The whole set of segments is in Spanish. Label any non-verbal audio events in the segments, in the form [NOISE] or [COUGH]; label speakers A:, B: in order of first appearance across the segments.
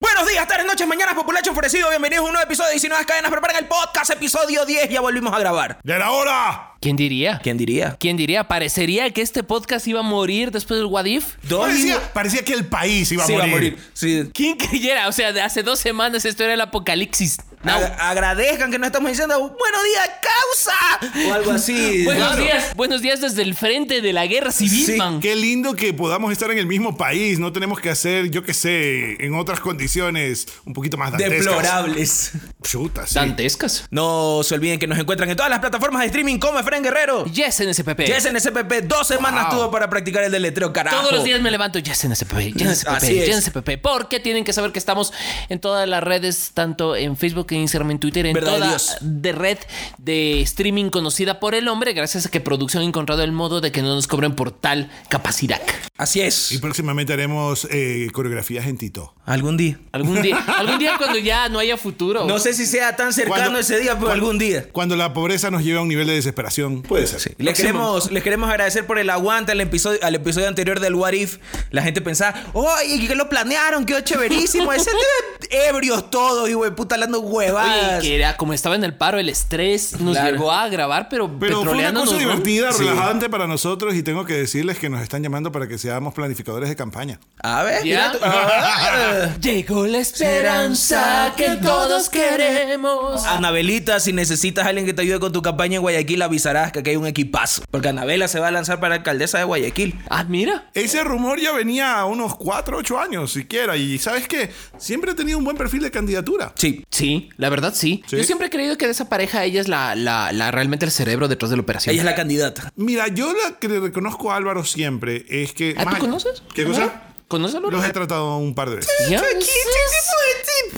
A: Buenos días, tardes, noches, mañanas, populacho enfurecido. Bienvenidos a un nuevo episodio de 19 Cadenas. Preparan el podcast, episodio 10. Ya volvimos a grabar.
B: ¡De la hora!
C: ¿Quién diría?
A: ¿Quién diría?
C: ¿Quién diría? Parecería que este podcast iba a morir después del [LAUGHS] Wadif.
A: Dos
B: Parecía, parecía que el país iba a
A: Sí, va
B: morir.
A: a morir. Sí.
C: ¿Quién creyera? O sea, de hace dos semanas esto era el apocalipsis. No.
A: Ag- agradezcan que no estamos diciendo buenos días, causa. O algo así.
C: Buenos
A: Claro.
C: días, buenos días desde el frente de la guerra civil,
A: Sí,
C: man.
B: Qué lindo que podamos estar en el mismo país. No tenemos que hacer, yo qué sé, en otras condiciones un poquito más dantescas.
A: Deplorables.
B: Chuta, sí.
C: Dantescas.
A: No se olviden que nos encuentran en todas las plataformas de streaming como Efren Guerrero.
C: Yes en SPP.
A: Yes en SPP, dos semanas
B: Wow.
A: tuvo para practicar el deletreo, carajo.
C: Todos los días me levanto Yes en SPP, Yes en SPP,
A: Así es.
C: Yes en SPP. Porque tienen que saber que estamos en todas las redes, tanto en Facebook, en Instagram, en Twitter, en
A: Verdad de
C: toda
A: Dios.
C: de red de streaming conocida por el hombre, gracias a que producción ha encontrado el modo de que no nos cobren por tal capacidad.
A: Así es.
B: Y próximamente haremos eh, coreografías en Tito.
A: Algún día.
C: Algún
A: [LAUGHS]
C: día, algún día cuando ya no haya futuro.
A: No sé si sea tan cercano
B: Cuando-
A: ese día, pero
B: cuando-
A: algún día.
B: Cuando la pobreza nos lleve a un nivel de desesperación. Puede ser.
A: Sí. Les queremos, les queremos agradecer por el aguante al episodio, al episodio anterior del What If. La gente pensaba, ¡ay, que lo planearon! ¡Qué chéverísimo! Ese [LAUGHS] de ebrios todos, y de puta hablando
C: Oye,
A: huevadas.
C: que era como estaba en el paro, el estrés nos
A: Claro.
C: llegó a grabar,
B: Pero
C: pero,
B: fue una cosa
C: petroleándonos, ¿no?
B: divertida,
A: Sí.
B: relajante para nosotros y tengo que decirles que nos están llamando para que seamos planificadores de campaña.
A: A ver,
C: Ya.
A: mira tú. Ah.
C: Llegó la esperanza que todos queremos.
A: [LAUGHS] Anabelita, si necesitas a alguien que te ayude con tu campaña en Guayaquil, avisarás que aquí hay un equipazo. Porque Anabela se va a lanzar para alcaldesa de Guayaquil.
C: Ah, mira.
B: Ese rumor ya venía a unos 4, 8 años siquiera y sabes qué, siempre ha tenido un buen perfil de candidatura.
A: Sí.
C: Sí, la verdad sí.
B: Sí.
C: Yo siempre he creído que de esa pareja ella es la, la, la- realmente el cerebro detrás de la operación.
A: Ella es la candidata.
B: Mira, yo la que le reconozco a Álvaro siempre es que...
C: ¿Ah,
B: más-
C: tú conoces?
B: ¿Qué cosa?
C: ¿Conoces a Laura?
B: Los he tratado un par de veces.
C: Ya.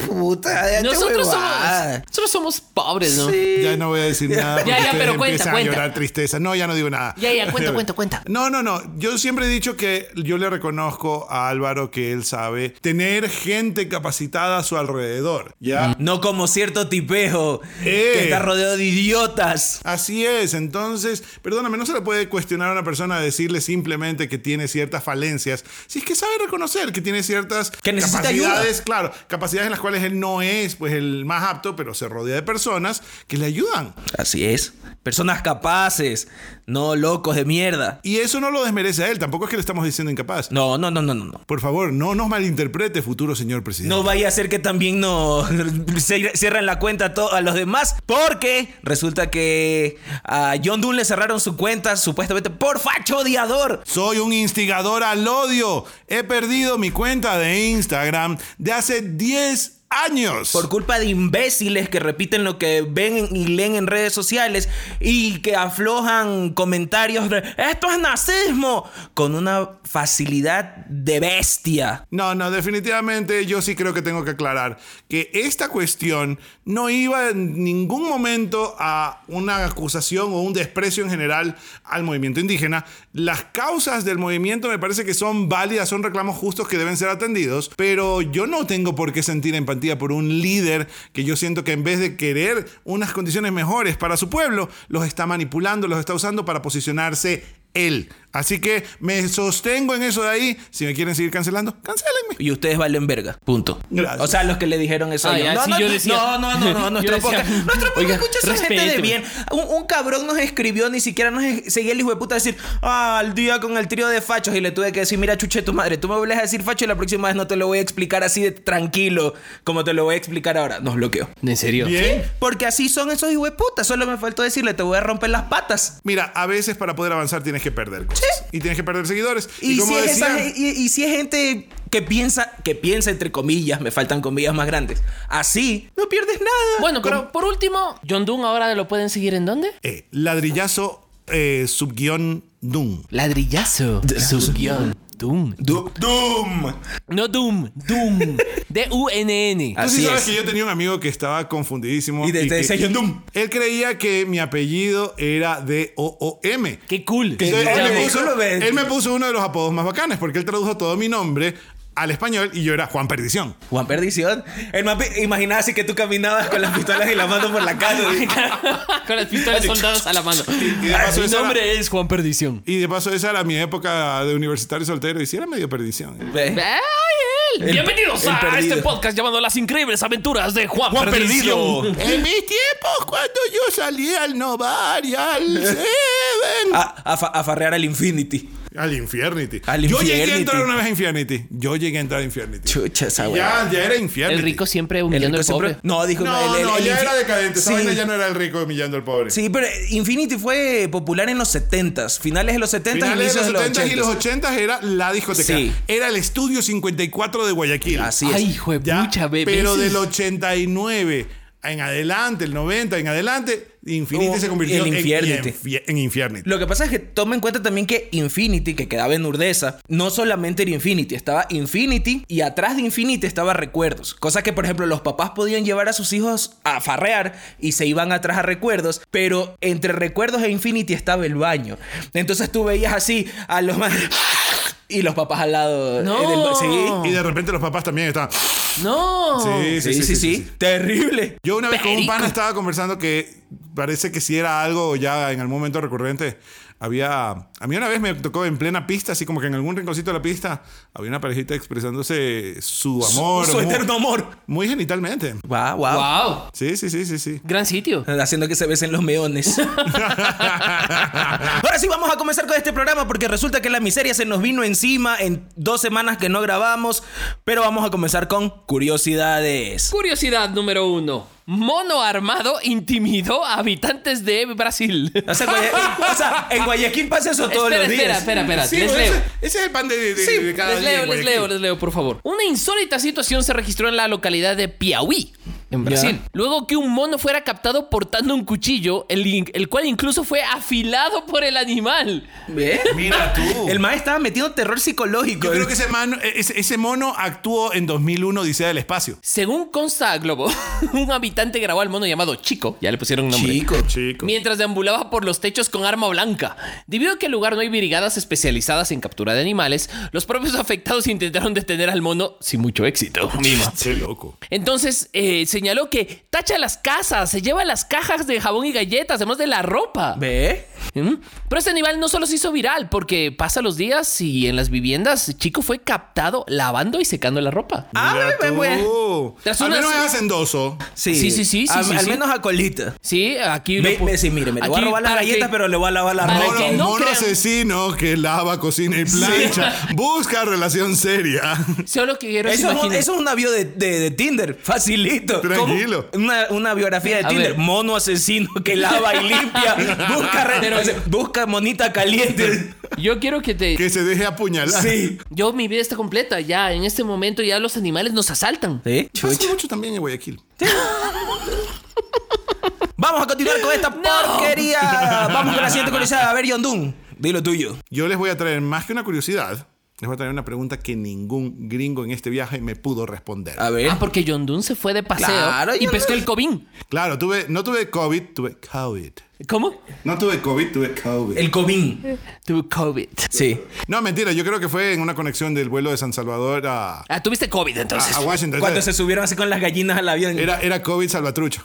A: puta?
C: Nosotros somos, nosotros somos pobres, ¿no?
B: Ya no voy a decir nada. porque
C: [LAUGHS] ya,
B: ustedes
C: pero cuenta,
B: empiezan
C: cuenta.
B: a llorar tristeza. No, ya no digo nada.
C: Ya, ya, cuenta, cuenta, cuenta.
B: No, no, no. Yo siempre he dicho que yo le reconozco a Álvaro que él sabe tener gente capacitada a su alrededor. Ya.
A: No como cierto tipejo
B: Eh.
A: que está rodeado de idiotas.
B: Así es, entonces, perdóname, no se le puede cuestionar a una persona decirle simplemente que tiene ciertas falencias, si es que sabe reconocer que tiene ciertas
A: Que necesita
B: capacidades, claro, capacidades en las cuales él no es pues el más apto, pero se rodea de personas que le ayudan.
A: Así es. Personas capaces, no locos de mierda.
B: Y eso no lo desmerece a él, tampoco es que le estamos diciendo incapaz.
A: No, no, no, no, no. no.
B: Por favor, no nos malinterprete, futuro señor presidente.
A: No vaya a ser que también no [LAUGHS] cier- cierran la cuenta a, to- a los demás porque resulta que a John Doon le cerraron su cuenta supuestamente por facho odiador.
B: Soy un instigador al odio. He perdido mi cuenta de Instagram de hace 10 años.
A: Por culpa de imbéciles que repiten lo que ven y leen en redes sociales y que aflojan comentarios de esto es nazismo con una facilidad de bestia.
B: No, no, definitivamente yo sí creo que tengo que aclarar que esta cuestión no iba en ningún momento a una acusación o un desprecio en general al movimiento indígena. Las causas del movimiento me parece que son válidas, son reclamos justos que deben ser atendidos, pero yo no tengo por qué sentir empatía por un líder que yo siento que en vez de querer unas condiciones mejores para su pueblo, los está manipulando, los está usando para posicionarse él. Así que me sostengo en eso de ahí. Si me quieren seguir cancelando, cancelenme.
A: Y ustedes valen verga. Punto.
B: Gracias.
A: O sea, los que le dijeron eso. a
C: Ah,
A: ellos.
C: ya,
A: no,
C: sí,
A: no,
C: yo decía.
A: no, no, no, no, nuestro
C: [LAUGHS] Yo decía,
A: podcast. Nuestro podcast
C: oiga,
A: escucha esa gente de
C: respéteme.
A: bien. Un, un cabrón nos escribió, ni siquiera nos es- seguía el hijo de puta a decir, ah, al día con el trío de fachos. Y le tuve que decir, mira, chuche tu madre, tú me vuelves a decir facho y la próxima vez no te lo voy a explicar así de tranquilo como te lo voy a explicar ahora. Nos bloqueó.
C: ¿En serio?
B: Bien.
A: Porque así son esos hijos de puta. Solo me faltó decirle, te voy a romper las patas.
B: Mira, a veces para poder avanzar tienes que perder cosas. Y tienes que perder seguidores. Y,
A: Y, si
B: como
A: es
B: decía,
A: esa ge- y- y si es gente que piensa, que piensa entre comillas, me faltan comillas más grandes. Así no pierdes nada.
C: Bueno, pero por último, John Doon ahora lo pueden seguir en dónde?
B: eh, ladrillazo eh, subguión Doom.
C: Ladrillazo. Su guión. Doom.
A: Du- Doom.
C: No Doom, Doom. D-U-N-N.
B: Tú sí
A: Así
B: sabes
A: es.
B: que yo tenía un amigo que estaba confundidísimo.
A: Y te- te
B: que-
A: decía, "Yo, Doom".
B: Él creía que mi apellido era D-O-O-M.
C: Qué cool. [LAUGHS]
B: Entonces,
A: Ya,
B: él,
A: ya,
B: me
A: ya.
B: puso,
A: ¿Cómo ves?
B: él me puso uno de los apodos más bacanes porque él tradujo todo mi nombre al español y yo era Juan Perdición.
A: Juan Perdición. El mapa, imaginaba así que tú caminabas con las pistolas y las manos por la
C: [LAUGHS]
A: calle.
C: Con las pistolas soldadas a la mano.
B: y de paso
C: Mi
B: esa
C: nombre
B: era-
C: es Juan Perdición.
B: Y de paso esa era mi época de universitario soltero y sí era medio perdición.
A: Ve.
C: ¡Ay, él!
A: El-
C: Bienvenidos
A: el
C: a
A: perdido.
C: este podcast llamado Las Increíbles Aventuras de Juan,
B: Juan
C: Perdición.
B: Perdido. En mis tiempos cuando yo salía al Novar y al
A: [LAUGHS]
B: Seven.
A: A, a fa- a farrear al Infinity.
B: Al Infernity.
A: Al
B: Yo llegué a entrar
A: Infernity.
B: una vez a Infernity. Yo llegué a entrar a Infernity.
A: Chucha, esa weá.
B: Ya, ya era Infernity.
C: El rico siempre
A: El
C: humillando
A: rico
C: al pobre.
A: siempre- No, dijo
B: No,
A: el- el-
B: no,
A: el
B: ya
A: infi-
B: era decadente. Esa
A: Sí.
B: vaina ya no era el rico humillando al pobre.
A: Sí, pero Infinity fue popular en los 70s, finales de los 70s,
B: Finales de
A: inicios
B: los 70
A: 80s.
B: y los 80 era la discoteca.
A: Sí.
B: Era el estudio 54 de Guayaquil.
A: Así es.
C: Ay, hijo de
B: Ya,
C: Pues, pucha, ve-
B: Pero
C: veces.
B: del 89 en adelante, el 90 en adelante, Infinity
C: Oh,
A: Hubo
B: se convirtió
A: el
B: en,
A: Infiernity.
B: en infie- en Infiernity.
A: Lo que pasa es que toma en cuenta también que Infinity, que quedaba en Urdesa, no solamente era Infinity, estaba Infinity y atrás de Infinity estaba Recuerdos. Cosa que, por ejemplo, los papás podían llevar a sus hijos a farrear y se iban atrás a Recuerdos, pero entre Recuerdos e Infinity estaba el baño. Entonces tú veías así a los más... [LAUGHS] Y los papás al lado
C: No.
A: eh, del ba- Sí.
B: Y de repente los papás también estaban. Sí,
C: No.
B: sí,
A: Sí, sí, sí, Terrible.
B: Yo una vez con un
C: Perico.
B: pana estaba conversando que parece que si era algo ya en algún momento recurrente. Había. A mí una vez me tocó en plena pista, así como que en algún rinconcito de la pista, había una parejita expresándose su amor.
A: Su
B: muy-
A: eterno amor.
B: Muy genitalmente.
A: Wow, wow.
C: Wow.
B: Sí, sí, sí, sí, sí.
C: Gran sitio.
A: Haciendo que se besen los
C: [LAUGHS]
A: meones. Ahora sí vamos a comenzar con este programa porque resulta que la miseria se nos vino encima en dos semanas que no grabamos, pero vamos a comenzar con curiosidades.
C: Curiosidad número uno. Mono armado intimidó a habitantes de [LAUGHS] Brasil.
A: O sea, Guaya- o sea, en Guayaquil pasa eso todos
C: espera,
A: los días.
C: espera, espera, espera.
B: Sí,
C: les
B: bueno,
C: leo.
B: Ese, ese es el pan de, de- de- de cada
C: les
B: día en
C: leo, les
B: Guayaquil.
C: leo, les leo, por favor. Una insólita situación se registró en la localidad de Piauí, en Brasil. Luego que un mono fuera captado portando un cuchillo, el, in- el cual incluso fue afilado por el animal.
A: ¿Ve?
B: Mira tú.
A: [LAUGHS] El maestro estaba metiendo terror psicológico.
B: Yo creo que ese, mano- ese, ese mono actuó en 2001 Odisea del Espacio.
C: Según consta a Globo, [LAUGHS] un habitante grabó al mono llamado Chico, ya le pusieron un nombre.
A: Chico.
B: Chico.
C: Mientras deambulaba por los techos con arma blanca. Debido a que el lugar no hay brigadas especializadas en captura de animales, los propios [LAUGHS] afectados intentaron detener al mono sin mucho éxito. Mima.
B: Qué loco.
C: Entonces eh, señaló que tacha las casas, se lleva las cajas de jabón y galletas, además de la ropa.
A: ¿Ve?
C: ¿Mm? Pero este animal no solo se hizo viral, porque pasa los días y en las viviendas, chico fue captado lavando y secando la ropa.
A: Ah,
B: Mira
A: ve, ve, ve.
B: tú.
C: Tras
B: Al
C: una-
B: menos es hacendoso.
A: Sí,
C: Sí, sí, sí, sí,
A: Al,
C: sí,
A: al
C: sí.
A: menos a colita.
C: Sí, aquí
A: Ve,
C: lo pu-
A: ve, sí, mire, me le voy a
C: aquí
A: robar las
C: para
A: galletas,
C: que-
A: pero le voy a lavar la
C: para
A: ropa.
B: Mono,
C: que no
B: mono
C: crean-
B: asesino que lava, cocina y plancha.
C: [LAUGHS]
B: Busca relación seria.
C: Solo que quiero
A: Eso, es un-
C: imaginar-
A: eso es un avión de, de- de Tinder, facilito.
B: Tranquilo.
A: ¿Cómo? Una, una biografía de
C: A
A: Tinder.
C: ver.
A: Mono asesino que lava y
B: [LAUGHS]
A: limpia. busca, re-
C: Pero-
A: busca monita caliente.
C: Yo quiero que te...
B: Que se deje apuñalar.
A: sí.
C: Yo, mi vida está completa. Ya, en este momento ya los animales nos asaltan.
A: ¿Sí?
B: Pasa mucho también en Guayaquil.
A: Vamos a continuar con esta porquería. Vamos con la siguiente curiosidad. A ver, Yondun, di lo tuyo.
B: Yo les voy a traer más que una curiosidad. Les voy a traer una pregunta que ningún gringo en este viaje me pudo responder.
A: A ver.
C: Ah, porque John Dun se fue de paseo
A: Claro,
C: y
A: John
C: pescó
A: Dun.
C: el cobín.
B: Claro, tuve, no tuve COVID, tuve COVID.
C: ¿Cómo?
B: No tuve COVID, tuve COVID.
A: El Cobín.
C: Tuve COVID.
A: Sí.
B: No, mentira, yo creo que fue en una conexión del vuelo de San Salvador a, a-
C: Ah, tuviste COVID entonces.
B: a Washington.
A: Cuando se subieron así con las gallinas al avión.
B: Era, era COVID salvatrucho.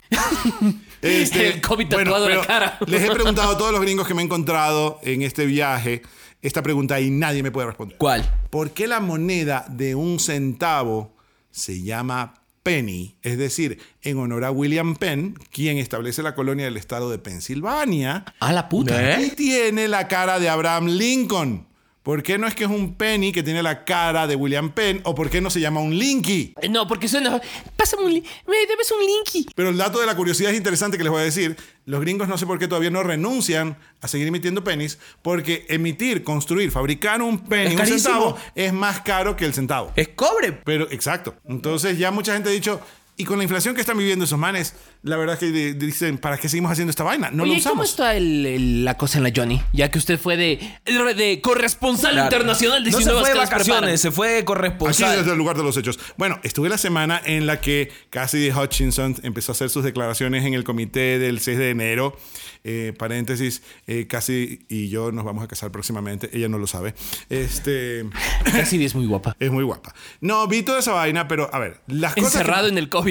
B: Este,
C: [LAUGHS] El COVID tatuado en la
B: pero
C: cara.
B: Les he preguntado a todos los gringos que me he encontrado en este viaje esta pregunta y nadie me puede responder.
A: ¿Cuál?
B: ¿Por qué la moneda de un centavo se llama penny? Es decir, en honor a William Penn, quien establece la colonia del estado de Pensilvania
C: A la puta.
A: ¿Eh?
B: y tiene la cara de Abraham Lincoln. ¿Por qué no es que es un penny que tiene la cara de William Penn? ¿O por qué no se llama un linky?
C: Eh, No, porque suena. Pásame un. li- Me debes un linky.
B: Pero el dato de la curiosidad es interesante que les voy a decir. Los gringos no sé por qué todavía no renuncian a seguir emitiendo pennies, porque emitir, construir, fabricar un penny,
A: Es
B: un
A: carísimo.
B: centavo, es más caro que el centavo.
A: Es cobre.
B: Pero, exacto. Entonces ya mucha gente ha dicho, Y con la inflación que están viviendo esos manes, la verdad es que de- dicen, ¿para qué seguimos haciendo esta vaina? No
C: Oye,
B: lo
C: ¿y ¿cómo
B: usamos.
C: está el- el- la cosa en la Johnny? Ya que usted fue de, de corresponsal
A: Claro.
C: internacional de
A: No se
C: 19
A: fue de
C: Casas
A: vacaciones,
C: Preparan.
A: se fue de
B: Aquí
A: corresponsal.
B: desde el lugar de los hechos. Bueno, estuve la semana en la que Cassidy Hutchinson empezó a hacer sus declaraciones en el comité del 6 de enero. Eh, paréntesis, eh, Cassidy y yo nos vamos a casar próximamente. Ella no lo sabe. Este
C: Cassidy es muy
A: [LAUGHS]
C: guapa.
B: es muy guapa. No, vi toda esa vaina, pero a ver, las cosas. que-
C: Encerrado en el
A: [LAUGHS]
C: COVID.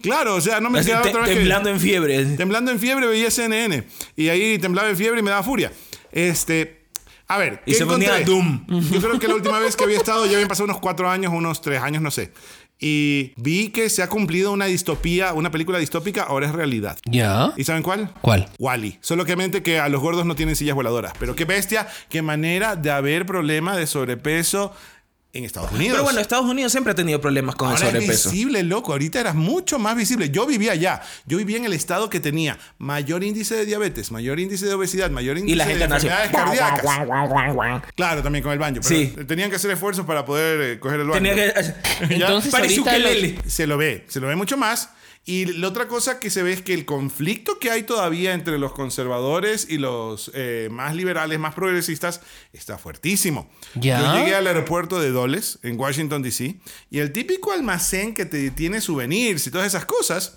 B: Claro, o sea, no me
A: Así,
B: quedaba
A: te-
B: otra vez que-
A: temblando en fiebre.
B: Temblando en fiebre veía CNN. Y ahí temblaba en fiebre y me daba furia. Este. A ver.
A: Y
B: ¿qué
A: se ponía
B: encontré?
A: Doom.
B: Yo creo que la última vez que había estado ya habían pasado unos cuatro años, unos tres años, no sé. Y vi que se ha cumplido una distopía, una película distópica, ahora es realidad.
C: ¿Ya?
B: ¿Y saben cuál?
C: ¿Cuál?
B: Wally. Solo que mente que a los gordos no tienen sillas voladoras. Pero qué bestia, qué manera de haber problema de sobrepeso en Estados Unidos.
A: Pero bueno, Estados Unidos siempre ha tenido problemas con
B: Ahora
A: el sobrepeso.
B: es visible, loco. Ahorita eras mucho más visible. Yo vivía allá. Yo vivía en el estado que tenía mayor índice de diabetes, mayor índice de obesidad, mayor índice
A: la
B: de
A: gente nació.
B: enfermedades cardíacas. Claro, también con el baño. Pero eh,
A: Sí.
B: Tenían que hacer esfuerzos para poder eh, coger el baño.
A: Tenía que.
C: Entonces,
A: Parece
C: ahorita
A: ukelele.
C: los-
B: Se lo ve, se lo ve mucho más. Y la otra cosa que se ve es que el conflicto que hay todavía entre los conservadores y los eh, más liberales, más progresistas, está fuertísimo.
C: Ya.
B: Yo llegué al aeropuerto de Dulles, en Washington, D.C., y el típico almacén que te tiene souvenirs y todas esas cosas,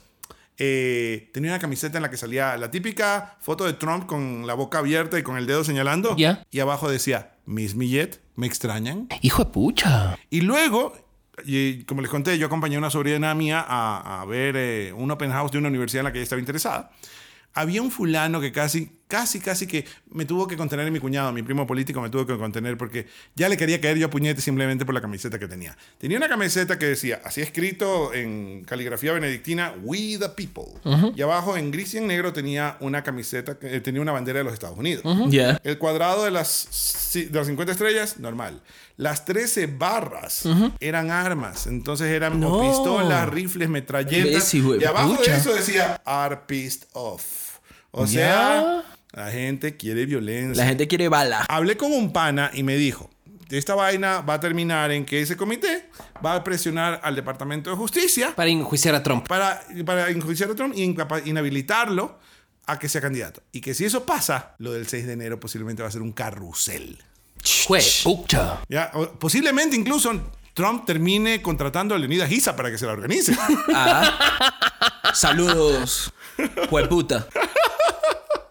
B: eh, tenía una camiseta en la que salía la típica foto de Trump con la boca abierta y con el dedo señalando.
C: Ya.
B: Y abajo decía, Miss Millet, ¿me extrañan?
C: Hijo de pucha.
B: Y luego, y como les conté, yo acompañé a una sobrina mía a, a ver eh, un open house de una universidad en la que ella estaba interesada. Había un fulano que casi, casi, casi que me tuvo que contener mi cuñado, mi primo político me tuvo que contener porque ya le quería caer yo a puñete simplemente por la camiseta que tenía. Tenía una camiseta que decía, así escrito en caligrafía benedictina, We the People. Y abajo en gris y en negro tenía una camiseta, que eh, tenía una bandera de los Estados Unidos.
A: Ya.
B: El cuadrado de las, ci- de las 50 estrellas, normal. Las 13 barras eran armas. Entonces eran o pistolas, rifles, metralletas.
A: Imbécil, güey,
B: y abajo
A: pucha.
B: de eso decía, are pissed off. O sea, la gente quiere violencia.
A: La gente quiere bala.
B: Hablé con un pana y me dijo, esta vaina va a terminar en que ese comité va a presionar al Departamento de Justicia
C: Para enjuiciar a Trump.
B: para, para enjuiciar a Trump y incapa- inhabilitarlo a que sea candidato. Y que si eso pasa, lo del 6 de enero posiblemente va a ser un carrusel.
C: Jue pucha.
B: Ya, o- posiblemente incluso Trump termine contratando a Leonidas Giza para que se la organice. [LAUGHS]
A: Saludos. Jueputa.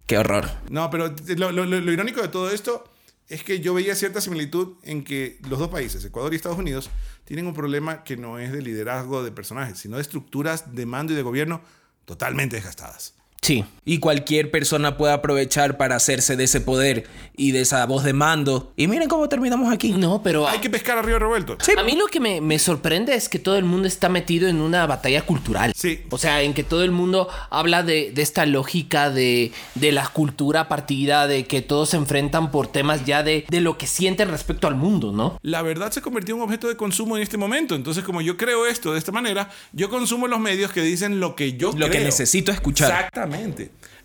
A: Qué horror.
B: no, pero lo, lo- lo- lo irónico de todo esto es que yo veía cierta similitud en que los dos países, Ecuador y Estados Unidos, tienen un problema que no es de liderazgo de personajes, sino de estructuras de mando y de gobierno totalmente desgastadas.
C: Sí.
A: Y cualquier persona puede aprovechar para hacerse de ese poder y de esa voz de mando. Y miren cómo terminamos aquí.
C: No, pero...
B: Hay que pescar arriba revuelto.
A: Sí.
C: A mí lo que me, me sorprende es que todo el mundo está metido en una batalla cultural.
B: Sí.
C: O sea, en que todo el mundo habla de, de esta lógica de, de la cultura partida, de que todos se enfrentan por temas ya de, de lo que sienten respecto al mundo, ¿no?
B: la verdad se convirtió en un objeto de consumo en este momento. Entonces, como yo creo esto de esta manera, yo consumo los medios que dicen lo que yo
A: Lo que
B: creo.
A: necesito escuchar.
B: Exactamente.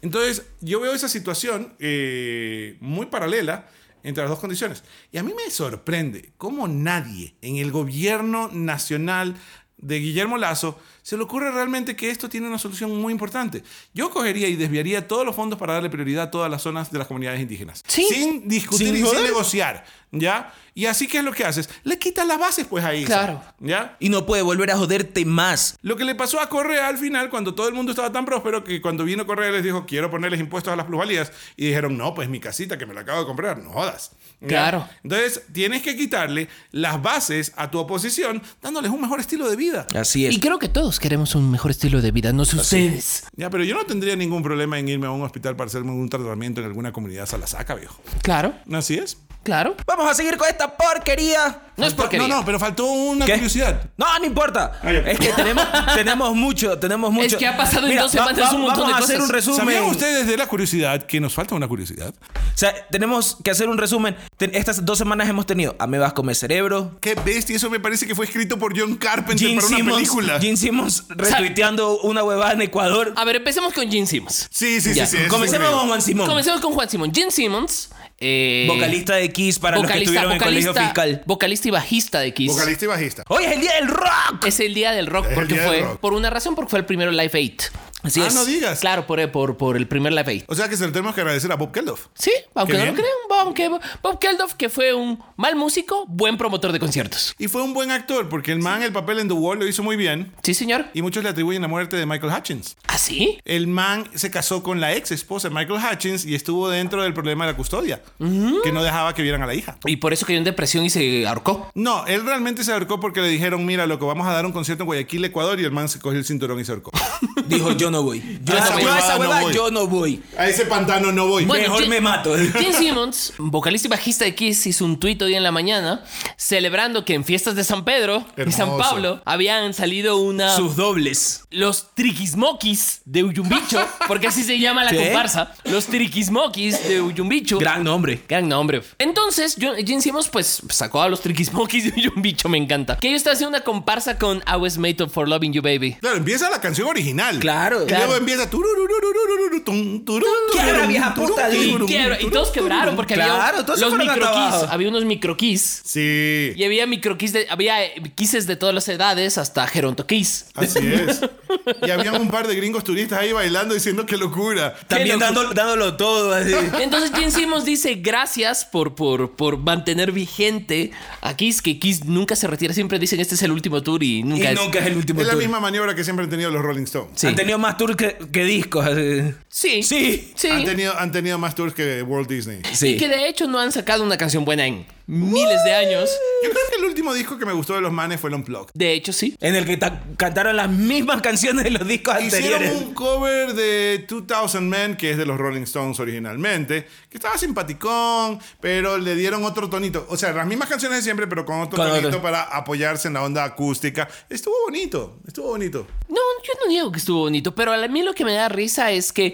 B: Entonces, yo veo esa situación eh, muy paralela entre las dos condiciones. Y a mí me sorprende cómo nadie en el gobierno nacional de Guillermo Lazo se le ocurre realmente que esto tiene una solución muy importante. Yo cogería y desviaría todos los fondos para darle prioridad a todas las zonas de las comunidades indígenas.
C: Sí.
B: Sin discutir
A: Sin
B: y sin
A: joder.
B: negociar, ¿ya? Y así que es lo que haces, le quitas las bases pues ahí.
C: Claro.
B: ¿Ya?
A: Y no puede volver a joderte más.
B: Lo que le pasó a Correa al final, cuando todo el mundo estaba tan próspero, que cuando vino Correa les dijo, quiero ponerles impuestos a las plusvalías, y dijeron, no, pues mi casita que me la acabo de comprar, no jodas. ¿Ya?
C: Claro.
B: Entonces, tienes que quitarle las bases a tu oposición, dándoles un mejor estilo de vida.
A: Así es.
C: Y creo que todos queremos un mejor estilo de vida, no sé ustedes.
B: Ya, pero yo no tendría ningún problema en irme a un hospital para hacerme un tratamiento en alguna comunidad salasaca, viejo.
C: Claro,
B: Así es.
C: claro.
A: Vamos a seguir con esta porquería.
C: No es porque
B: No, no, pero faltó una
A: ¿Qué?
B: curiosidad.
A: No, no importa.
B: Ah, ya.
A: Es que tenemos, tenemos mucho, tenemos mucho.
C: Es que ha pasado en dos
A: va-
C: semanas
A: va-
C: un montón
A: vamos
C: de
A: a hacer
C: cosas.
A: un resumen.
B: ¿Sabían ustedes de la curiosidad que nos falta una curiosidad?
A: O sea, tenemos que hacer un resumen. Te- Estas dos semanas hemos tenido Amebas Come Cerebro,
B: Qué bestia, eso me parece que fue escrito por John Carpenter
A: Gene
B: para una
A: Simmons,
B: película.
A: Gene Simmons retuiteando una huevada en Ecuador.
C: A ver, empecemos con Gene Simmons.
B: Sí, sí, sí,
C: Ya,
B: sí. eso
A: Comencemos
B: sí.
A: con Juan Simón,
C: Comencemos con Juan Simón. Gene Simmons. eh,
A: vocalista de Kiss para los que
C: vocalista,
A: estuvieron en colegio
C: vocalista-
A: fiscal.
C: Vocalista y bajista de Kiss.
B: Vocalista y bajista.
A: Hoy es el día del rock.
C: Es el día del rock
B: Es el
C: porque
B: día del
C: fue
B: rock.
C: por una razón porque fue el primero Live 8.
A: Así
B: ah,
A: es.
B: no digas.
C: Claro, por, por, por el primer Live 8.
B: O sea que se lo tenemos que agradecer a Bob Geldof.
C: Sí, aunque
B: Qué
C: no lo
B: bien.
C: crean, aunque Bob Geldof, que fue un mal músico, buen promotor de conciertos.
B: Y fue un buen actor porque el man, el papel en The Wall lo hizo muy bien.
C: Sí, señor.
B: Y muchos le atribuyen la muerte de Michael Hutchins.
C: ¿Ah, sí?
B: El man se casó con la ex esposa de Michael Hutchins y estuvo dentro del problema de la custodia, que no dejaba que vieran a la hija.
C: Y por eso cayó en depresión y se ahorcó.
B: No, él realmente se ahorcó porque le dijeron, mira, loco, vamos a dar un concierto en Guayaquil, Ecuador, y el man se cogió el cinturón y se ahorcó.
A: Dijo, yo no
B: [LAUGHS]
A: voy. Yo,
B: A
A: no-
B: esa
A: yo a
B: huevada
A: esa
B: no
A: huevada
B: voy.
A: yo no voy.
B: a ese pantano no voy.
C: Bueno, [LAUGHS]
A: Mejor
C: Jim-
A: me mato. [LAUGHS]
C: Gene Simmons, vocalista y bajista de Kiss, hizo un tuit hoy en la mañana celebrando que en fiestas de San Pedro y
B: Hermoso.
C: San Pablo habían salido una...
A: Sus dobles.
C: Los triquismoquis de Uyumbicho, porque así se llama la
A: ¿Qué?
C: comparsa. Los triquismoquis de Uyumbicho.
A: Gran nombre.
C: Gran nombre. Entonces, yo- Gene Simmons, pues, sacó a los triquismoquis de Uyumbicho, me encanta. Que ellos están haciendo una comparsa con I Was Made Up For Loving You, Baby.
B: Claro, empieza la canción original.
A: Claro.
B: Y
A: Claro.
B: luego empieza. tururururururu, tum, turun,
A: Quiebra,
B: turun,
A: vieja
B: turun,
A: puta,
B: turun,
A: di.
B: turun,
C: Y, quiebra- y todos
B: turun,
C: quebraron
B: turun.
C: porque
A: Claro,
C: había
A: todos se
C: los
A: fueron a
C: microquis.
A: trabajo.
C: Había unos microquis.
B: Sí.
C: Y había microquis de. Había eh, quises de todas las edades hasta gerontoquis.
B: Así es. Y habían un par de gringos turistas ahí bailando diciendo qué locura.
A: También
C: Qué
A: dando- dándolo
C: [LAUGHS]
A: todo. así.
C: Entonces Gene Simmons dice gracias por, por, por mantener vigente a Kiss, que Kiss nunca se retira, siempre dicen este es el último tour y
A: Y
C: nunca es-
A: nunca es el último
B: Es la
A: tour.
B: misma maniobra que siempre han tenido los Rolling Stones.
C: Sí.
A: Han tenido más tours que, que discos. así.
C: Sí.
A: Sí.
C: Sí.
B: Han, tenido, han tenido más tours que Walt Disney.
A: Sí.
C: Y que de hecho no han sacado una canción buena en miles de años.
B: Yo creo que el último disco que me gustó de los manes fue el Unplugged.
C: De hecho, sí.
A: En el que ta- cantaron las mismas canciones de los discos
B: Hicieron
A: anteriores.
B: un cover de 2000 Men, que es de los Rolling Stones originalmente, que estaba simpaticón, pero le dieron otro tonito. O sea, las mismas canciones de siempre, pero con otro
A: Con
B: tonito
A: otro.
B: para apoyarse en la onda acústica. Estuvo bonito, estuvo bonito.
C: No, yo no digo que estuvo bonito, pero a mí lo que me da risa es que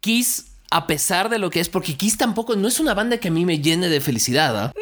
C: Kiss, a pesar de lo que es, porque Kiss tampoco no es una banda que a mí me llene de felicidad. ¿ah?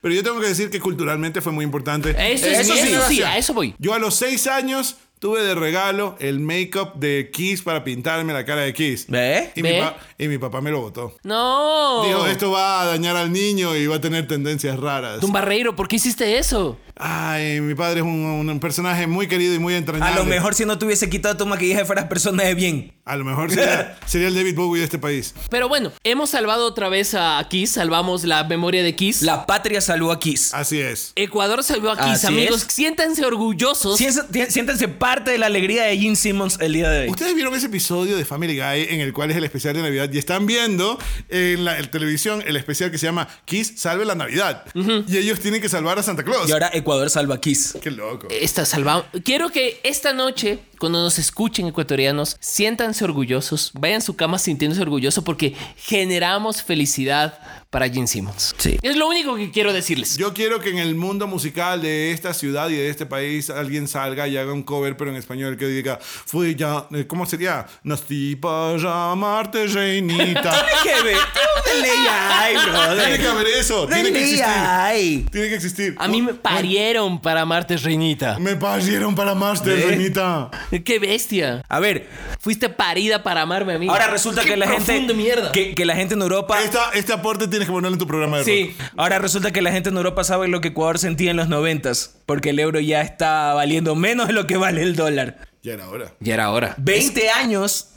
B: Pero yo tengo que decir que culturalmente fue muy importante.
C: Eso, es-
A: Eso sí,
C: eso sí,
B: gracias.
C: a eso voy.
B: Yo a los seis años tuve de regalo el make-up de Kiss para pintarme la cara de Kiss.
A: ¿Ve? Oh.
B: Y mi,
C: ¿Ve?
B: pa- y mi papá me lo botó.
C: No.
B: Dijo, esto va a dañar al niño y va a tener tendencias raras.
C: Don Barreiro, ¿por qué hiciste eso?
B: Ay, mi padre es un, un personaje muy querido y muy
A: A
B: entrañable.
A: lo mejor si no te hubiese quitado tu maquillaje fueras persona de bien.
B: A lo mejor
A: [LAUGHS]
B: sería, sería el David Bowie de este país.
C: Pero bueno, hemos salvado otra vez a Kiss, salvamos la memoria de Kiss.
A: La patria salvó a Kiss.
B: Así es.
C: Ecuador salvó a Kiss,
A: Así
C: amigos.
A: es.
C: Siéntanse orgullosos.
A: Siéntense, siéntense parte de la alegría de Gene Simmons el día de hoy.
B: Ustedes vieron ese episodio de Family Guy en el cual es el especial de Navidad y están viendo en la en televisión el especial que se llama Kiss Salve la Navidad. Y ellos tienen que salvar a Santa Claus.
A: Y ahora Ecuador salva a Kiss.
B: Qué loco.
C: Esta salvamos. Quiero que esta noche, cuando nos escuchen ecuatorianos, siéntanse orgullosos, vayan a su cama sintiéndose orgullosos porque generamos felicidad para Gene Simmons.
A: Sí.
C: Es lo único que quiero decirles.
B: Yo quiero que en el mundo musical de esta ciudad y de este país alguien salga y haga un cover, pero en español que diga, fui ya, eh, ¿cómo sería? Nací para llamarte
A: [LAUGHS]
B: reinita.
A: ¿Qué ve? Dale ya, ay, brother.
B: [LAUGHS] tiene que haber eso, tiene
A: Dale
B: que existir.
A: ya, ay.
B: Tiene que existir. Oh,
C: A mí me parieron para martes, reinita.
B: Me parieron para Master,
A: ¿Ve?
B: reinita.
C: ¡Qué bestia!
A: A ver,
C: Fuiste parida para amarme a mí.
A: ahora resulta
C: ¡Qué
A: que la gente
C: profundo, mierda!
A: Que, que la gente en Europa
B: Esta- este aporte tienes que ponerlo en tu programa de rock.
A: Sí, ahora resulta que la gente en Europa sabe lo que Ecuador sentía en los noventas, porque el euro ya está valiendo menos de lo que vale el dólar.
B: Ya era hora.
C: Y era ahora.
A: 20 años.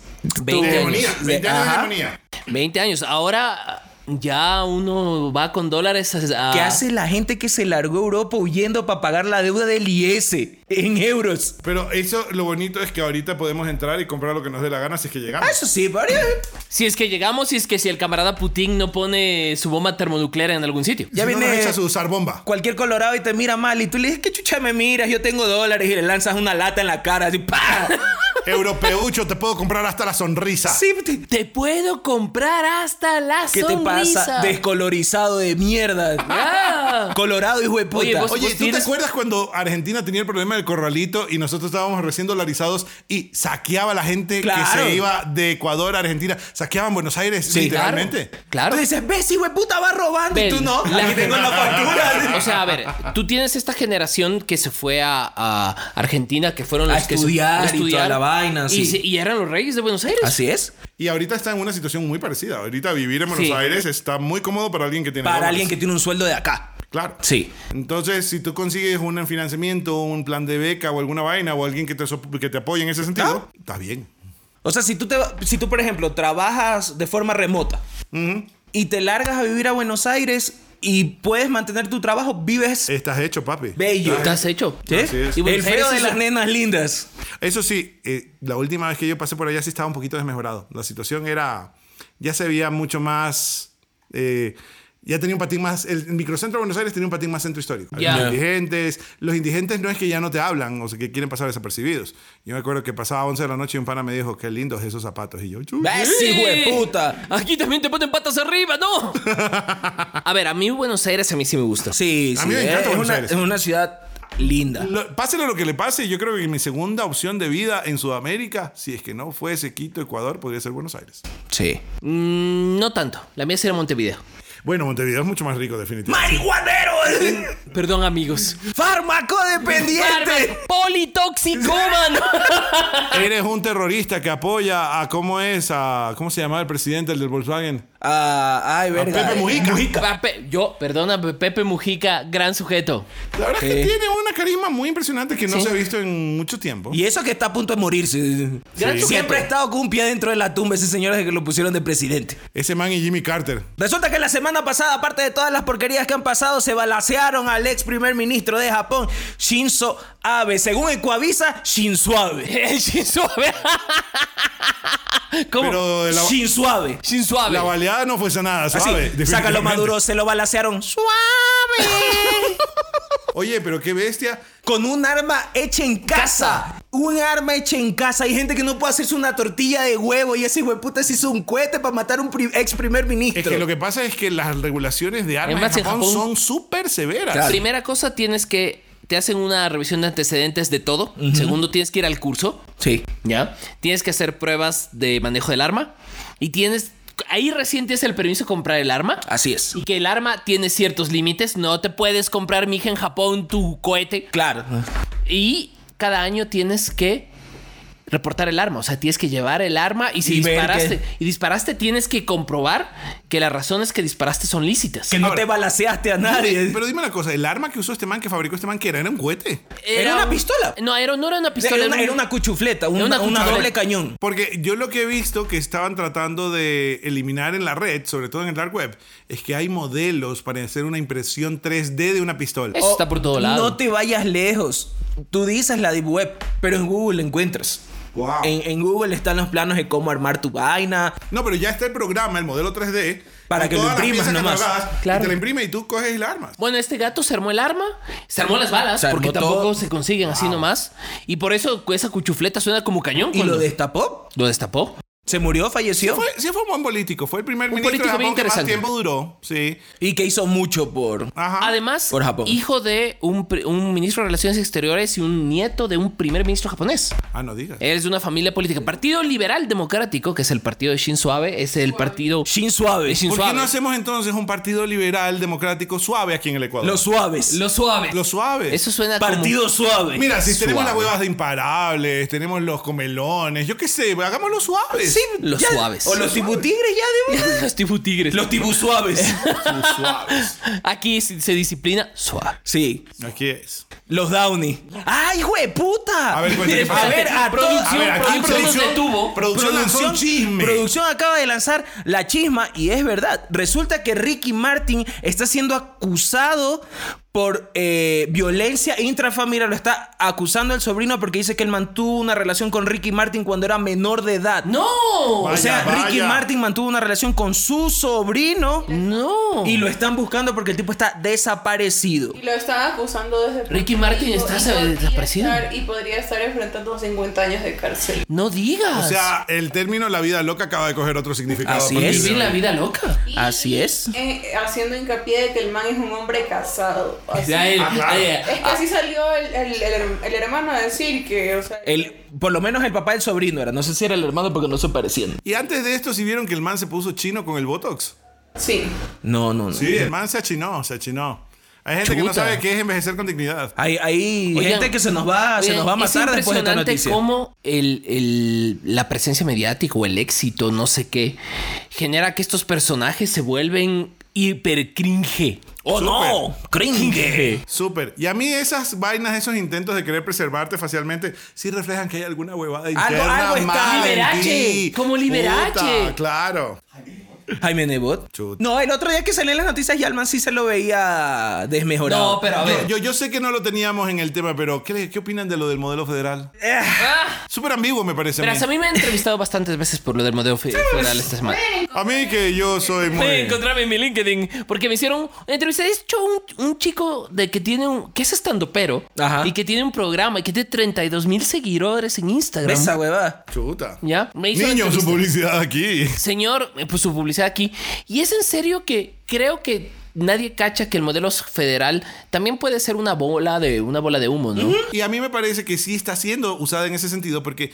C: 20
A: tuvo-
C: años.
B: Demonía. 20 años de
A: Ajá.
B: demonía.
C: 20 años. Ahora ya uno va con dólares a...
A: ¿Qué hace la gente que se largó a Europa huyendo para pagar la deuda del IS en euros?
B: Pero eso, lo bonito es que ahorita podemos entrar y comprar lo que nos dé la gana si es que llegamos.
A: Ah, eso sí, pero-
C: Si es que llegamos, si es que si el camarada Putin no pone su bomba termonuclear en algún sitio.
A: ya
B: Si no
A: viene-
B: nos echa su usar bomba.
A: Cualquier colorado
C: [LAUGHS]
A: y te mira mal y tú le dices, ¿qué chucha me miras? Yo tengo dólares y le lanzas una lata en la cara así, ¡pa!
B: Europeucho, te puedo comprar hasta la sonrisa.
A: Sí, te-
C: Te puedo comprar hasta la
A: ¿Qué te pasa?
C: sonrisa.
A: Descolorizado de mierda.
C: [LAUGHS] Ah.
A: Colorado, hijo de puta.
C: Oye, vos-
B: Oye, ¿tú
C: tienes-
B: te acuerdas cuando Argentina tenía el problema del corralito y nosotros estábamos recién dolarizados y saqueaba a la gente que
A: Claro.
B: se iba de Ecuador a Argentina? Saqueaban Buenos Aires,
A: Sí,
C: Claro,
B: literalmente.
A: Tú
C: Claro.
A: dices, ves, hijo de puta, va robando.
C: Ven,
A: y tú no.
C: la-
A: Aquí tengo la factura.
C: O sea, a ver, tú tienes esta generación que se fue a, a Argentina, que fueron
A: A
C: los que se-
A: estudiar y toda la vaina,
C: y
A: sí.
C: se- y eran los reyes de Buenos Aires.
A: Así es.
B: Y ahorita está en una situación muy parecida. Ahorita vivir en Buenos
C: Sí.
B: Aires está muy cómodo para alguien que tiene
A: Para
B: dólares.
A: alguien que tiene un sueldo de acá.
B: Claro.
A: Sí.
B: Entonces, si tú consigues un financiamiento, un plan de beca o alguna vaina o alguien que te, so- que te apoye en ese sentido, está bien.
A: O sea, si tú, te, si tú por ejemplo, trabajas de forma remota y te largas a vivir a Buenos Aires y puedes mantener tu trabajo, vives
B: Estás hecho, papi.
A: bello.
C: ¿Qué has hecho? ¿Eh?
A: ¿Sí?
B: Así es.
C: Y Buenos
A: El feo
C: Aires
A: de
C: es-
A: las nenas lindas.
B: Eso sí, eh, la última vez que yo pasé por allá sí estaba un poquito desmejorado. La situación era. Ya se veía mucho más. eh, ya tenía un patín más. El microcentro de Buenos Aires tenía un patín más centro histórico. Había
C: Ya.
B: indigentes. Los indigentes no es que ya no te hablan o sea, que quieren pasar desapercibidos. Yo me acuerdo que pasaba 11 de la noche y un pana me dijo, qué lindos esos zapatos. Y yo, "Chuy".
A: ¿Ves,
C: Sí.
A: hijo de puta?
C: Aquí también te ponen patas arriba,
A: [LAUGHS]
C: ¿no? A ver, a mí Buenos Aires a mí sí me gusta.
A: Sí,
B: A
A: sí.
B: mí me
A: es-
B: encanta
A: es,
B: Buenos
A: una,
B: Aires.
A: es una ciudad linda.
B: Lo- pásele lo que le pase, yo creo que mi segunda opción de vida en Sudamérica, si es que no fuese Quito, Ecuador, podría ser Buenos Aires.
A: Sí.
C: Mm, no tanto. La mía sería Montevideo.
B: Bueno, Montevideo es mucho más rico, definitivamente.
A: ¡Marihuanero!
C: Perdón, amigos.
A: ¡Farmacodependiente!
C: Bárbaro, [LAUGHS] ¡Politoxicómano!
B: Eres un terrorista que apoya a cómo es, a cómo se llamaba el presidente el del Volkswagen.
A: Ah, ay, verga.
B: Pepe Mujica.
C: Ah, Pe- Yo, perdona, Pe- Pepe Mujica, gran sujeto.
B: La verdad es que
A: Sí.
B: tiene una carisma muy impresionante que no se ha visto en mucho tiempo.
A: Y eso que está a punto de morirse.
C: Gran sujeto.
A: Siempre ha estado con un pie dentro de la tumba ese señor desde que lo pusieron de presidente.
B: Ese man y Jimmy Carter.
A: Resulta que la semana pasada, aparte de todas las porquerías que han pasado, se balacearon al ex primer ministro de Japón, Shinzo Abe. Según Ecuavisa, Shinzo Abe.
C: [LAUGHS] El Shin Suave. ¿Cómo?
B: Pero la,
A: Shinzo Abe.
C: Shin Suave.
B: la baleada no fue nada,
A: Así,
B: ¿sabes?
A: sácalo maduro, se lo balacearon suave.
B: Oye, pero qué bestia.
A: Con un arma hecha en casa. Un arma hecha en casa. Hay gente que no puede hacerse una tortilla de huevo y ese hijo de puta se hizo un cohete para matar a un pri- ex primer ministro.
B: Es que lo que pasa es que las regulaciones de armas
C: Además,
B: en
C: en
B: Japón,
C: Japón-
B: son súper severas.
C: Primera cosa, tienes que. Te hacen una revisión de antecedentes de todo. Segundo, tienes que ir al curso.
A: Sí.
C: ¿Ya? Tienes que hacer pruebas de manejo del arma. Y tienes. Ahí recién tienes el permiso de comprar el arma.
A: Así es.
C: Y que el arma tiene ciertos límites. No te puedes comprar, mija, en Japón tu cohete.
A: Claro.
C: Y cada año tienes que reportar el arma. O sea, tienes que llevar el arma. Y si
A: Y ver
C: disparaste,
A: que-
C: y disparaste, tienes que comprobar que las razones que disparaste son lícitas.
A: Que no te balaceaste a nadie.
B: Pero dime una cosa, el arma que usó este man, que fabricó este man, que era, era un cohete.
A: ¿Era una
C: un-
A: pistola?
C: No, era, no era una pistola.
A: Era una,
C: un-
A: era una cuchufleta, una,
C: una
A: una
C: cuchufleta.
A: doble cañón.
B: Porque yo lo que he visto que estaban tratando de eliminar en la red, sobre todo en el dark web, es que hay modelos para hacer una impresión 3D de una pistola.
C: Eso está por todo lado.
A: No te vayas lejos. Tú dices la Deep Web, pero en Google la encuentras.
B: Wow.
A: En, en Google están los planos de cómo armar tu vaina.
B: No, pero ya está el programa, el modelo 3D.
A: Para
B: con
A: que lo
B: todas las
A: imprimas
B: piezas
A: nomás.
B: catalogadas,
C: Claro.
B: Y te la imprime y tú coges el arma.
C: Bueno, este gato se armó el arma, se armó las balas,
A: Se armó
C: porque tampoco
A: todo.
C: se consiguen así nomás. Y por eso esa cuchufleta suena como cañón.
A: Y lo
C: cuando-
A: destapó.
C: lo destapó.
A: Se murió, falleció.
B: Fue, sí, fue un buen político. Fue el primer
C: Un
B: ministro de
C: político bien
B: Japón que más
C: interesante.
B: tiempo duró. Sí.
A: Y que hizo mucho por.
B: Ajá.
C: Además,
A: Por Japón.
C: hijo de un, pri- un ministro de Relaciones Exteriores y un nieto de un primer ministro japonés.
B: ah, no digas.
C: Él es de una familia política. Partido Liberal Democrático, que es el partido de Shin Suave, es el partido
A: Shin Suave.
C: de Shin
B: ¿Por qué
C: Suave.
B: no hacemos entonces un partido liberal, democrático, suave aquí en el Ecuador?
A: Los suaves.
C: Lo suave.
B: Los suaves.
C: Eso suena [LAUGHS]
A: Partido suave.
B: Mira, si tenemos
C: Suave.
B: las huevas de imparables, tenemos los comelones, yo qué sé, hagámoslo suaves.
A: Sí,
C: Los
A: ya-
C: suaves.
A: O los tibutigres ya de
C: [LAUGHS] como... los tibu tigres.
A: Los tibu suaves.
B: suaves.
C: Aquí se se disciplina suave.
A: sí.
B: Aquí es.
A: Los Downey. ¡Ay, güey, puta!
B: A ver, cuéntame.
A: a ver, a
C: Producción,
A: todos- a ver, aquí
C: producción
A: producción-
C: nos detuvo.
B: Producción lanzó un chisme.
A: producción acaba de lanzar la chisma y es verdad. Resulta que Ricky Martin está siendo acusado por eh, violencia intrafamiliar. Lo está acusando el sobrino porque dice que él mantuvo una relación con Ricky Martin cuando era menor de edad.
C: ¡No!
A: O sea,
B: Vaya,
A: Ricky
B: vaya.
A: Martin mantuvo una relación con su sobrino
C: ¡No!
A: y lo están buscando porque el tipo está desaparecido.
D: Y lo están acusando desde...
C: Ricky Martin está
D: y podría
C: desaparecido.
D: estar- Y podría estar enfrentando 50 años de cárcel.
C: ¡No digas!
B: O sea, el término la vida loca acaba de coger otro significado. a
A: Así
B: partir
A: es.
B: de
C: Vivir la
B: ahora.
C: vida loca.
D: Y-
A: Así es.
D: eh, haciendo hincapié de que el man es un hombre casado. Así-
C: Ya él-
B: Ah, claro.
C: eh,
D: Es que así salió el, el- el- el hermano a decir que, o sea,
A: El, por lo menos el papá del sobrino era. No sé si era el hermano porque no se parecían.
B: Y antes de esto, si vieron que el man se puso chino con el Botox.
D: sí.
A: No, no, no.
B: Sí, el man se achinó, se achinó. Hay gente que no
C: Chuta.
B: sabe qué es envejecer con dignidad.
A: Hay, hay
C: Oigan,
A: gente que se nos va, se
C: oigan,
A: nos va a matar
C: es
A: después de esta
C: impresionante
A: noticia.
C: cómo el, el- la presencia mediática o el éxito, no sé qué, genera que estos personajes se vuelven hiper cringe.
A: ¡Oh, no! ¡Cringe!
B: [LAUGHS] Súper. Y a mí esas vainas, esos intentos de querer preservarte facialmente, sí reflejan que hay alguna huevada
A: Algo-
B: interna
A: algo está-
B: mala en
C: Liberace,
B: ti.
C: como Liberace.
B: Puta, claro.
A: Jaime Nebot.
B: Chuta.
A: No, el otro día que salían las noticias, Yalman sí se lo veía desmejorado.
C: pero
B: Yo, yo, yo sé que no lo teníamos en el tema, pero ¿qué, le- qué opinan de lo del modelo federal? Súper ambiguo me parece a
C: Verás, a
B: mí.
C: mí me han entrevistado bastantes veces por lo del modelo fe- federal esta semana.
B: A mí que yo soy muy...
C: Pueden encontrarme en mi LinkedIn porque me hicieron una entrevista. De hecho, un, un chico de que tiene un. que es estando pero
A: Ajá.
C: y que tiene un programa y que tiene 32 mil seguidores en Instagram.
A: ¿Ves esa huevada?
B: Chuta.
C: ¿Ya? Me hizo la
B: Niño, su
C: entrevista.
B: publicidad aquí.
C: Señor, eh, pues su publicidad aquí. Y es en serio que creo que nadie cacha que el modelo federal también puede ser una bola de una bola de humo, ¿no?
B: Y a mí me parece que sí está siendo usada en ese sentido, porque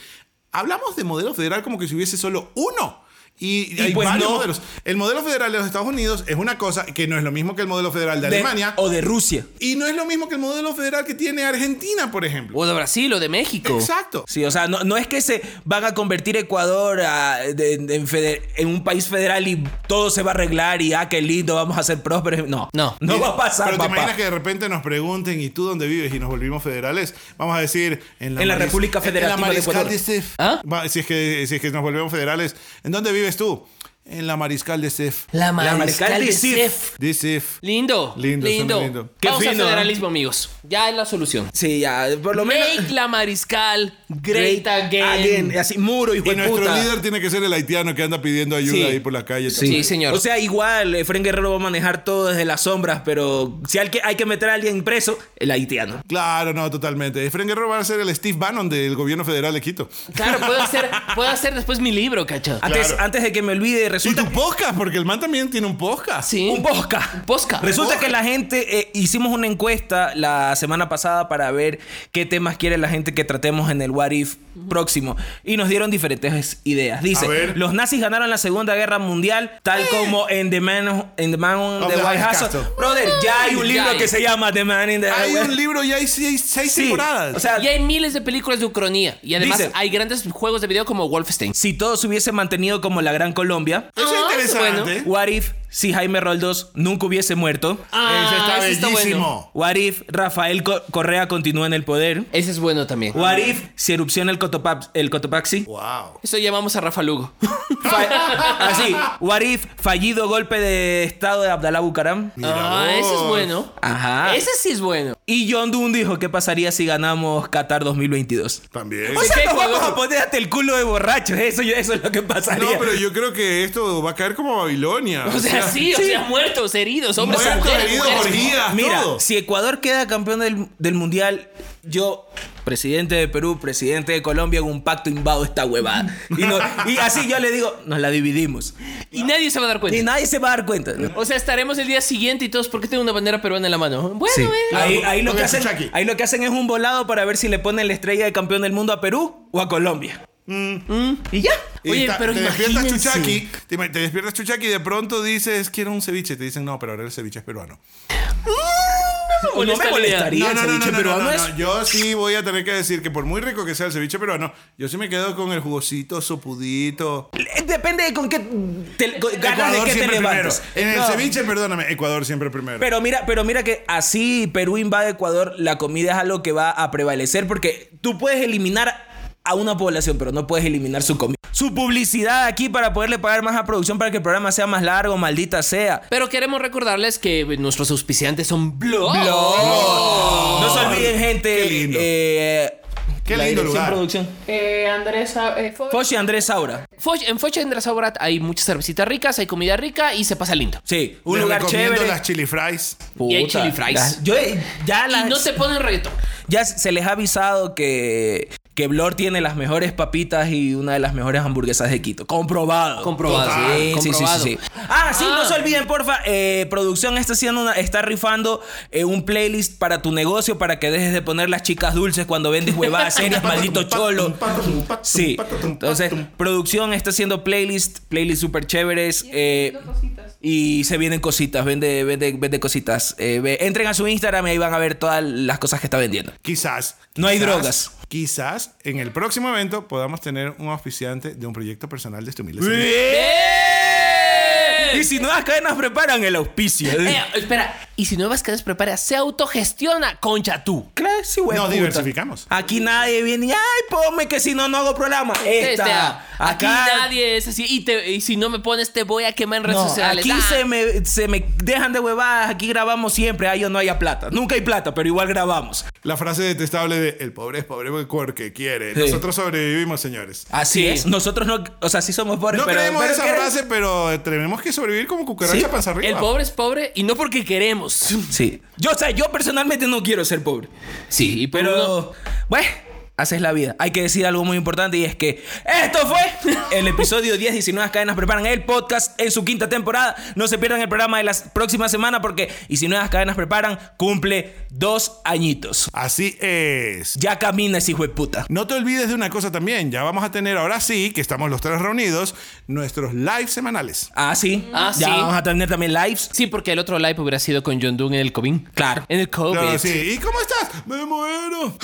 B: hablamos de modelo federal como que si hubiese solo uno. Y, hay
A: pues
B: varios
A: no.
B: modelos. El modelo federal de los Estados Unidos es una cosa que no es lo mismo que el modelo federal de,
A: De-
B: Alemania.
A: O de Rusia.
B: Y no es lo mismo que el modelo federal que tiene Argentina, por ejemplo.
C: O de Brasil o de México.
B: Exacto.
A: Sí, o sea, no, no es que se van a convertir Ecuador a- de- de- en, feder- en un país federal y todo se va a arreglar y ah, qué lindo, vamos a ser prósperos. No,
C: No.
A: no va a pasar,
B: Pero te
A: papá.
B: imaginas que de repente nos pregunten, ¿y tú dónde vives? Y nos volvimos federales. Vamos a decir, en la,
A: En la
B: Maris-
A: República Federativa
B: en la
A: de
B: Mariscal
A: Ecuador.
B: de Steph.
C: ¿Ah?
B: Va, Si, es que, si es que nos volvemos federales, ¿en dónde vives tú? En la Mariscal de Steph.
C: La
A: La
C: mariscal
A: mariscal
C: de
A: de Sif.
C: Sef.
B: De Steph.
C: Lindo.
B: Lindo,
C: Lindo.
B: suena lindo.
A: Qué
C: Vamos al
A: fino, ¿eh?
C: federalismo, amigos. Ya es la solución.
A: Sí, ya, por lo menos.
C: Make la mariscal great, again.
A: Así, muro, hijo
B: Y
A: de
B: nuestro
A: puta.
B: líder tiene que ser el haitiano que anda pidiendo ayuda
A: Sí.
B: ahí por la calle.
C: Sí. señor.
A: O sea, igual, Efren Guerrero va a manejar todo desde las sombras, pero si hay que, hay que meter a alguien preso, el haitiano.
B: Claro, no, totalmente. Efren Guerrero va a ser el Steve Bannon del gobierno federal de Quito.
C: Claro, puedo hacer, puedo hacer después mi libro, cacho.
A: Antes,
B: Claro.
A: antes de que me olvide,
B: Y
A: resulta.
B: tu podcast, porque el man también tiene un podcast.
C: Sí.
A: Un posca.
C: Posca.
A: Resulta
B: Posca.
A: que la gente, eh, hicimos una encuesta la semana pasada para ver qué temas quiere la gente que tratemos en el What If próximo. Y nos dieron diferentes ideas.
B: A
A: Dice,
B: ver.
A: los nazis ganaron la Segunda Guerra Mundial, tal
C: Eh.
A: como en The Man, en the Man on
B: Of
A: the
B: the
A: White
B: White
A: House.
B: Castle.
A: Brother, ya hay un
C: Ya
A: libro
C: hay.
A: que se llama The Man in the
B: Hay
A: White-
B: un libro y hay seis, seis
A: Sí,
B: temporadas.
A: O sea,
C: Y hay miles de películas de Ucrania. Y además
A: Dice-
C: hay grandes juegos de video como Wolfenstein.
A: si todo se hubiese mantenido como la Gran Colombia,
B: Eso es
C: Ah,
B: interesante.
C: bueno.
A: What If si Jaime Roldós nunca hubiese muerto,
C: Ah.
A: Ah,
B: Ese está
C: ese
B: bellísimo.
A: What If Rafael Co- Correa continúa en el poder,
C: Ese es bueno también.
A: What If si erupciona el, Cotopap- el Cotopaxi,
B: Wow.
C: Eso llamamos a Rafa Lugo.
A: Fa- así, What If fallido golpe de estado de Abdalá Bucaram,
B: Mira
C: Ah, ese es
B: vos.
C: bueno.
A: Ajá.
C: Ese sí es bueno.
A: y John Dunn dijo qué pasaría si ganamos Qatar 2022.
B: También.
A: O sea,
C: qué
A: nos vamos
C: juego?
A: a poner hasta el culo de borrachos. Eso, eso es lo que
B: No,
A: pasaría.
B: pero yo creo que esto va a caer como Babilonia.
C: O sea, sí, o sea, muertos, heridos, hombres,
B: Muertos,
C: mujeres,
B: heridos,
C: mujeres.
B: orgías,
A: Mira,
B: todo.
A: si Ecuador queda campeón del, del mundial, yo, presidente de Perú, presidente de Colombia, hago un pacto invado esta huevada. Y, no- y así yo le digo, nos la dividimos.
C: Y nadie se va a dar
A: Y
C: cuenta.
A: nadie se va a dar cuenta.
C: O sea, estaremos el día siguiente y todos, ¿por qué tengo una bandera peruana en la mano? Bueno,
A: Sí. Ah,
C: eh.
A: Ahí, ahí lo
B: Porque
A: que
B: escucha
A: hacen,
B: aquí.
A: ahí lo que hacen es un volado para ver si le ponen la estrella de campeón del mundo a Perú o a Colombia. Y ya.
B: Y
C: Oye,
B: ta-
C: pero
B: te despiertas
C: imagínense.
B: Chuchaki, te, ima- te despiertas Chuchaki y de pronto dices, quiero un ceviche. Te dicen, no, pero ahora el ceviche es peruano.
A: No me molestaría el ceviche peruano. es-
B: Yo sí voy a tener que decir que por muy rico que sea el ceviche peruano, yo sí me quedo con el jugosito, sopudito.
A: Eh, Depende de con qué te- con- ganas de que te
B: siempre primero.
A: levantes.
B: En el
A: No.
B: ceviche, perdóname, Ecuador siempre primero.
A: Pero mira, pero mira que así Perú invade Ecuador, la comida es algo que va a prevalecer porque tú puedes eliminar a una población, pero no puedes eliminar su comida. su publicidad aquí para poderle pagar más a producción para que el programa sea más largo, maldita sea.
C: Pero queremos recordarles que nuestros auspiciantes son
A: Oh.
C: Blog.
A: No se olviden, gente.
B: Qué lindo.
A: eh,
B: Qué
A: la
B: lindo
A: dirección,
B: lugar.
A: producción.
E: Eh, Andrés eh, Fo-
A: Foch y Andrés Saura.
C: Foch- en Foch en Saurat hay muchas cervecitas ricas, hay comida rica y se pasa lindo.
A: Sí, un
B: Un
A: lugar chévere.
B: las chili fries.
C: Y hay
A: Puta,
C: chili fries.
A: las- yo, eh, ya, las-
C: Y no te ponen reggaetón.
A: ya se les ha avisado que, que Blor tiene las mejores papitas y una de las mejores hamburguesas de Quito. Comprobado.
C: Comprobado. Total.
A: Sí, sí, sí, sí,
C: Comprobado.
A: sí. Ah, sí, no
C: Ah.
A: se olviden, porfa. eh, producción está, haciendo una- está rifando eh, un playlist para tu negocio para que dejes de poner las chicas dulces cuando vendes huevadas serias, maldito cholo. Sí. Entonces, producción está haciendo playlist, playlist súper chéveres. eh,
D: Cositas.
A: y se vienen cositas, vende, vende, vende cositas. Eh, ve- entren a su Instagram y ahí van a ver todas las cosas que está vendiendo.
B: Quizás.
A: No hay
B: quizás,
A: drogas.
B: Quizás en el próximo evento podamos tener un auspiciante de un proyecto personal de este humilde servidor.
A: Y si nuevas cadenas preparan el auspicio.
C: Eh, espera, y si Nuevas Cadenas prepara, se autogestiona, concha tú.
A: Claro, sí, güey,
B: Nos
A: puta.
B: diversificamos.
A: Aquí nadie viene y, ay, ponme que si no, no hago programa. Esta,
C: Este, aquí
A: acá,
C: nadie es así. Y, te- y si no me pones, te voy a quemar en redes
A: no,
C: sociales.
A: aquí
C: Ah.
A: se, me, se me dejan de huevadas, aquí grabamos siempre, ahí no haya plata. Nunca hay plata, pero igual grabamos.
B: La frase detestable de el pobre es pobre porque quiere.
A: Sí.
B: Nosotros sobrevivimos, señores.
A: Así
C: Sí.
A: es. Nosotros no, o sea, sí somos pobres,
B: No
A: pero...
B: creemos
A: pero
B: esa
A: que-
B: frase, pero tenemos que sobrevivir como cucaracha
A: Sí.
B: panza arriba.
C: El pobre es pobre y no porque queremos.
A: Sí. Yo, o sea, yo personalmente no quiero ser pobre.
C: Sí, pero.
A: Pero, bueno, haces la vida. Hay que decir algo muy importante y es que esto fue el episodio 10. 19 cadenas preparan el podcast en su quinta temporada. No se pierdan el programa de la próxima semana porque 19 cadenas preparan cumple dos añitos.
B: Así es.
A: Ya camina ese hijo de puta.
B: No te olvides de una cosa también. Ya vamos a tener ahora sí, que estamos los tres reunidos, nuestros live semanales.
A: Ah, sí.
C: Ah,
A: ya
C: sí.
A: vamos a tener también lives.
C: Sí, porque el otro live hubiera sido con John Doon en el COVID.
A: Claro.
C: En el COVID.
B: Claro, sí. ¿Y cómo estás? Me
A: [LAUGHS]
B: muero.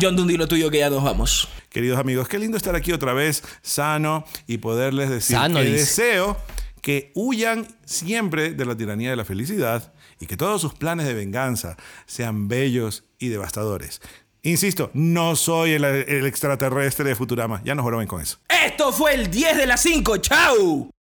A: John Dundee, lo tuyo que ya nos vamos.
B: Queridos amigos, qué lindo estar aquí otra vez, sano, y poderles decir
C: Sano,
B: que
C: dice.
B: deseo que huyan siempre de la tiranía de la felicidad y que todos sus planes de venganza sean bellos y devastadores. Insisto, no soy el, el extraterrestre de Futurama. Ya nos joroben con eso.
A: Esto fue el 10 de las 5. ¡Chao!